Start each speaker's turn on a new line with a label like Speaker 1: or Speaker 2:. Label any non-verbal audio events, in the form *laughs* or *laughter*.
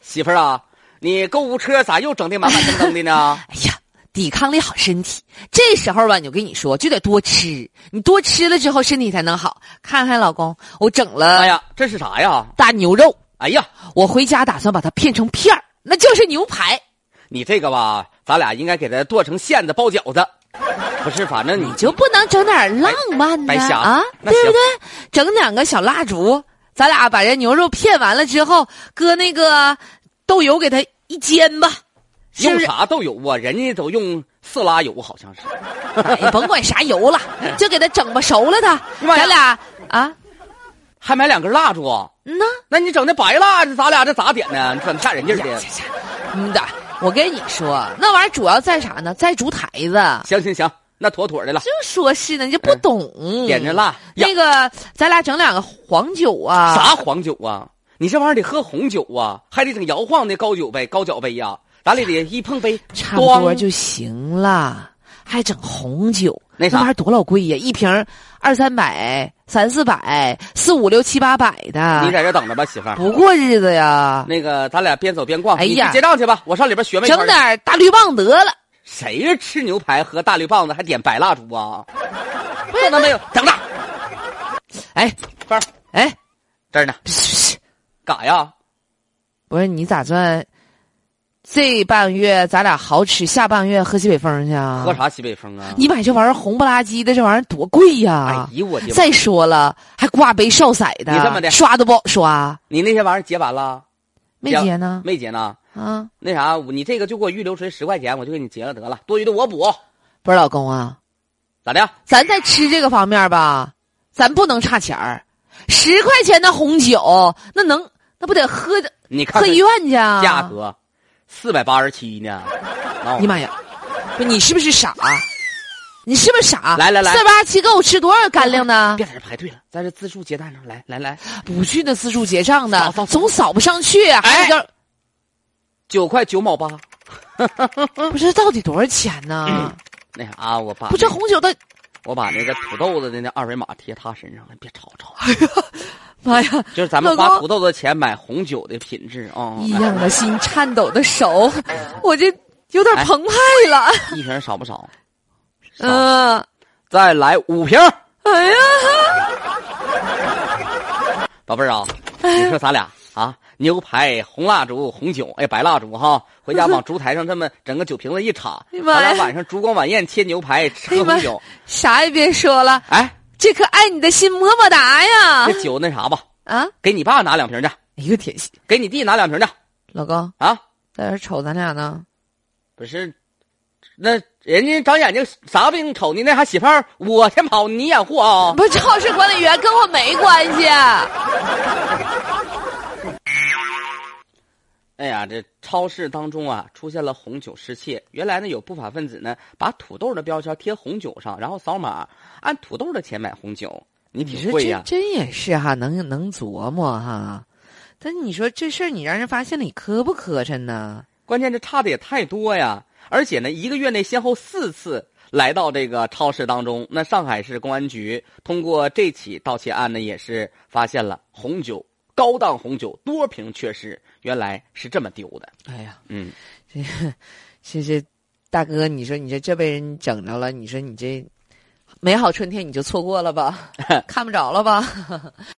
Speaker 1: 媳妇儿啊，你购物车咋又整的满满登登的呢？
Speaker 2: *laughs* 哎呀，抵抗力好身体，这时候吧，我就跟你说，就得多吃，你多吃了之后身体才能好。看看老公，我整
Speaker 1: 哎
Speaker 2: 了
Speaker 1: 呀，这是啥呀？
Speaker 2: 大牛肉，
Speaker 1: 哎呀，
Speaker 2: 我回家打算把它片成片儿，那就是牛排。
Speaker 1: 你这个吧，咱俩应该给它剁成馅子包饺子。不是，反正你
Speaker 2: 你就不能整点浪漫的
Speaker 1: 哎白白瞎
Speaker 2: 啊？
Speaker 1: 那
Speaker 2: 对
Speaker 1: 行
Speaker 2: 不对？整两个小蜡烛，咱俩把这牛肉片完了之后，搁那个豆油给它一煎吧，是不
Speaker 1: 用
Speaker 2: 是？
Speaker 1: 啥都有啊，人家都用色拉油，好像是。
Speaker 2: 哎，甭管
Speaker 1: *laughs*
Speaker 2: 啥油了，就给它整吧，熟了它。
Speaker 1: 妈呀
Speaker 2: 咱俩啊，
Speaker 1: 还买两根蜡烛啊，
Speaker 2: 嗯呐，
Speaker 1: 那你整那白蜡，咱俩这咋点呢？你整吓人劲儿的。
Speaker 2: 嗯的。我跟你说，那玩意儿主要在啥呢？在烛台子。
Speaker 1: 行行行，那妥妥的了
Speaker 2: 就。说是呢，你就不懂。
Speaker 1: 哎点着蜡呀
Speaker 2: 嗯那个，咱俩整两个黄酒啊。
Speaker 1: 啥黄酒啊？你这玩意儿得喝红酒啊，还得整摇晃的高酒杯、高脚杯呀、咱俩得一碰杯，
Speaker 2: 差不多
Speaker 1: 咣
Speaker 2: 就行了，还整红酒，
Speaker 1: 那啥
Speaker 2: 玩意儿多老贵呀、一瓶儿二三百、三四百、四五六七八百
Speaker 1: 你
Speaker 2: 的，
Speaker 1: 在这等着吧，媳妇儿。
Speaker 2: 不过日子呀。
Speaker 1: 那个，咱俩边走边逛。
Speaker 2: 哎呀
Speaker 1: 你去结账去吧，我上里边学妹圈
Speaker 2: 整
Speaker 1: 去。
Speaker 2: 点儿大绿棒得了，
Speaker 1: 谁吃牛排喝大绿棒子还点白蜡烛啊？看到没有？等着，
Speaker 2: 哎
Speaker 1: 花儿
Speaker 2: 哎，
Speaker 1: 这儿呢，干啥呀？
Speaker 2: 不是你咋算？这半月咱俩豪吃，下半月喝西北风去啊？
Speaker 1: 喝啥西北风啊？
Speaker 2: 你买这玩意儿红不拉几的，这玩意儿多贵呀、
Speaker 1: 哎呦我的妈！
Speaker 2: 再说了，还挂杯少色的，
Speaker 1: 你这么的
Speaker 2: 刷都不好刷，
Speaker 1: 你那些玩意儿结完了？
Speaker 2: 没
Speaker 1: 结
Speaker 2: 结呢
Speaker 1: 没结呢？
Speaker 2: 啊？
Speaker 1: 那啥，我你这个就给我预留存十块钱，我就给你结了得了，多余的我补。
Speaker 2: 不是老公啊？
Speaker 1: 咋的？
Speaker 2: 咱在吃这个方面吧，咱不能差钱儿。十块钱的红酒，那能那不得喝的
Speaker 1: 你看
Speaker 2: 喝
Speaker 1: 看
Speaker 2: 医院去啊？
Speaker 1: 价格四百八十七
Speaker 2: *laughs*
Speaker 1: 呢。啊
Speaker 2: 哎呀妈呀！不，你是不是傻？你是不是傻？
Speaker 1: 来来来
Speaker 2: 四八七够我吃多少干粮呢？
Speaker 1: 别在这排队了，在这自助结单上来来来，
Speaker 2: 不去那自助结账的
Speaker 1: 扫扫，扫
Speaker 2: 总扫不上去。啊还有点儿
Speaker 1: 九块九毛八。
Speaker 2: 不是到底多少钱呢？
Speaker 1: 那啥，我把
Speaker 2: 不是
Speaker 1: 那
Speaker 2: 红酒的，
Speaker 1: 我把那个土豆子的那二维码贴他身上了，别吵吵。
Speaker 2: 哎妈哎呀！
Speaker 1: 就是咱们
Speaker 2: 老公
Speaker 1: 花土豆的钱买红酒的品质啊，
Speaker 2: 异样的心，颤抖的手，我这有点
Speaker 1: 哎
Speaker 2: 澎湃了。
Speaker 1: 一瓶少不少？少
Speaker 2: 嗯、
Speaker 1: 再来五瓶，
Speaker 2: 哎呀，
Speaker 1: 宝贝儿啊，
Speaker 2: 哎
Speaker 1: 你说咱俩啊，牛排、红蜡烛、红酒，哎，白蜡烛哈，回家往烛台上这么整个酒瓶子一插，
Speaker 2: 哎呀妈呀
Speaker 1: 咱俩晚上烛光晚宴切牛排
Speaker 2: 哎
Speaker 1: 吃
Speaker 2: 呀妈
Speaker 1: 红
Speaker 2: 呀
Speaker 1: 酒，
Speaker 2: 啥也别说了。
Speaker 1: 哎，
Speaker 2: 这颗爱你的心么么哒呀！
Speaker 1: 这酒那啥吧，
Speaker 2: 啊，
Speaker 1: 给你爸拿两瓶去，
Speaker 2: 一个铁心，
Speaker 1: 给你弟拿两瓶去
Speaker 2: 老公
Speaker 1: 啊。
Speaker 2: 在这儿瞅咱俩呢，
Speaker 1: 不是，那人家长眼睛啥病瞅你那还媳妇儿，我先跑你掩护啊！
Speaker 2: 不是超市管理员跟我没关系。
Speaker 1: 哎呀，这超市当中啊出现了红酒失窃，原来呢有不法分子呢把土豆的标签贴红酒上，然后扫码按土豆的钱买红酒，你
Speaker 2: 你
Speaker 1: 挺
Speaker 2: 说
Speaker 1: 会
Speaker 2: 这
Speaker 1: 呀、
Speaker 2: 真也是哈，能能琢磨哈。但你说这事儿，你让人发现了，你磕不磕碜呢？
Speaker 1: 关键这差的也太多呀！而且呢，一个月内先后四次来到这个超市当中。那上海市公安局通过这起盗窃案呢，也是发现了红酒高档红酒多瓶缺失，原来是这么丢的。
Speaker 2: 哎呀，
Speaker 1: 嗯，
Speaker 2: 这这大哥，你说你这这被人整着 *laughs* 了，你说你这美好春天你就错过了吧，看不着了吧？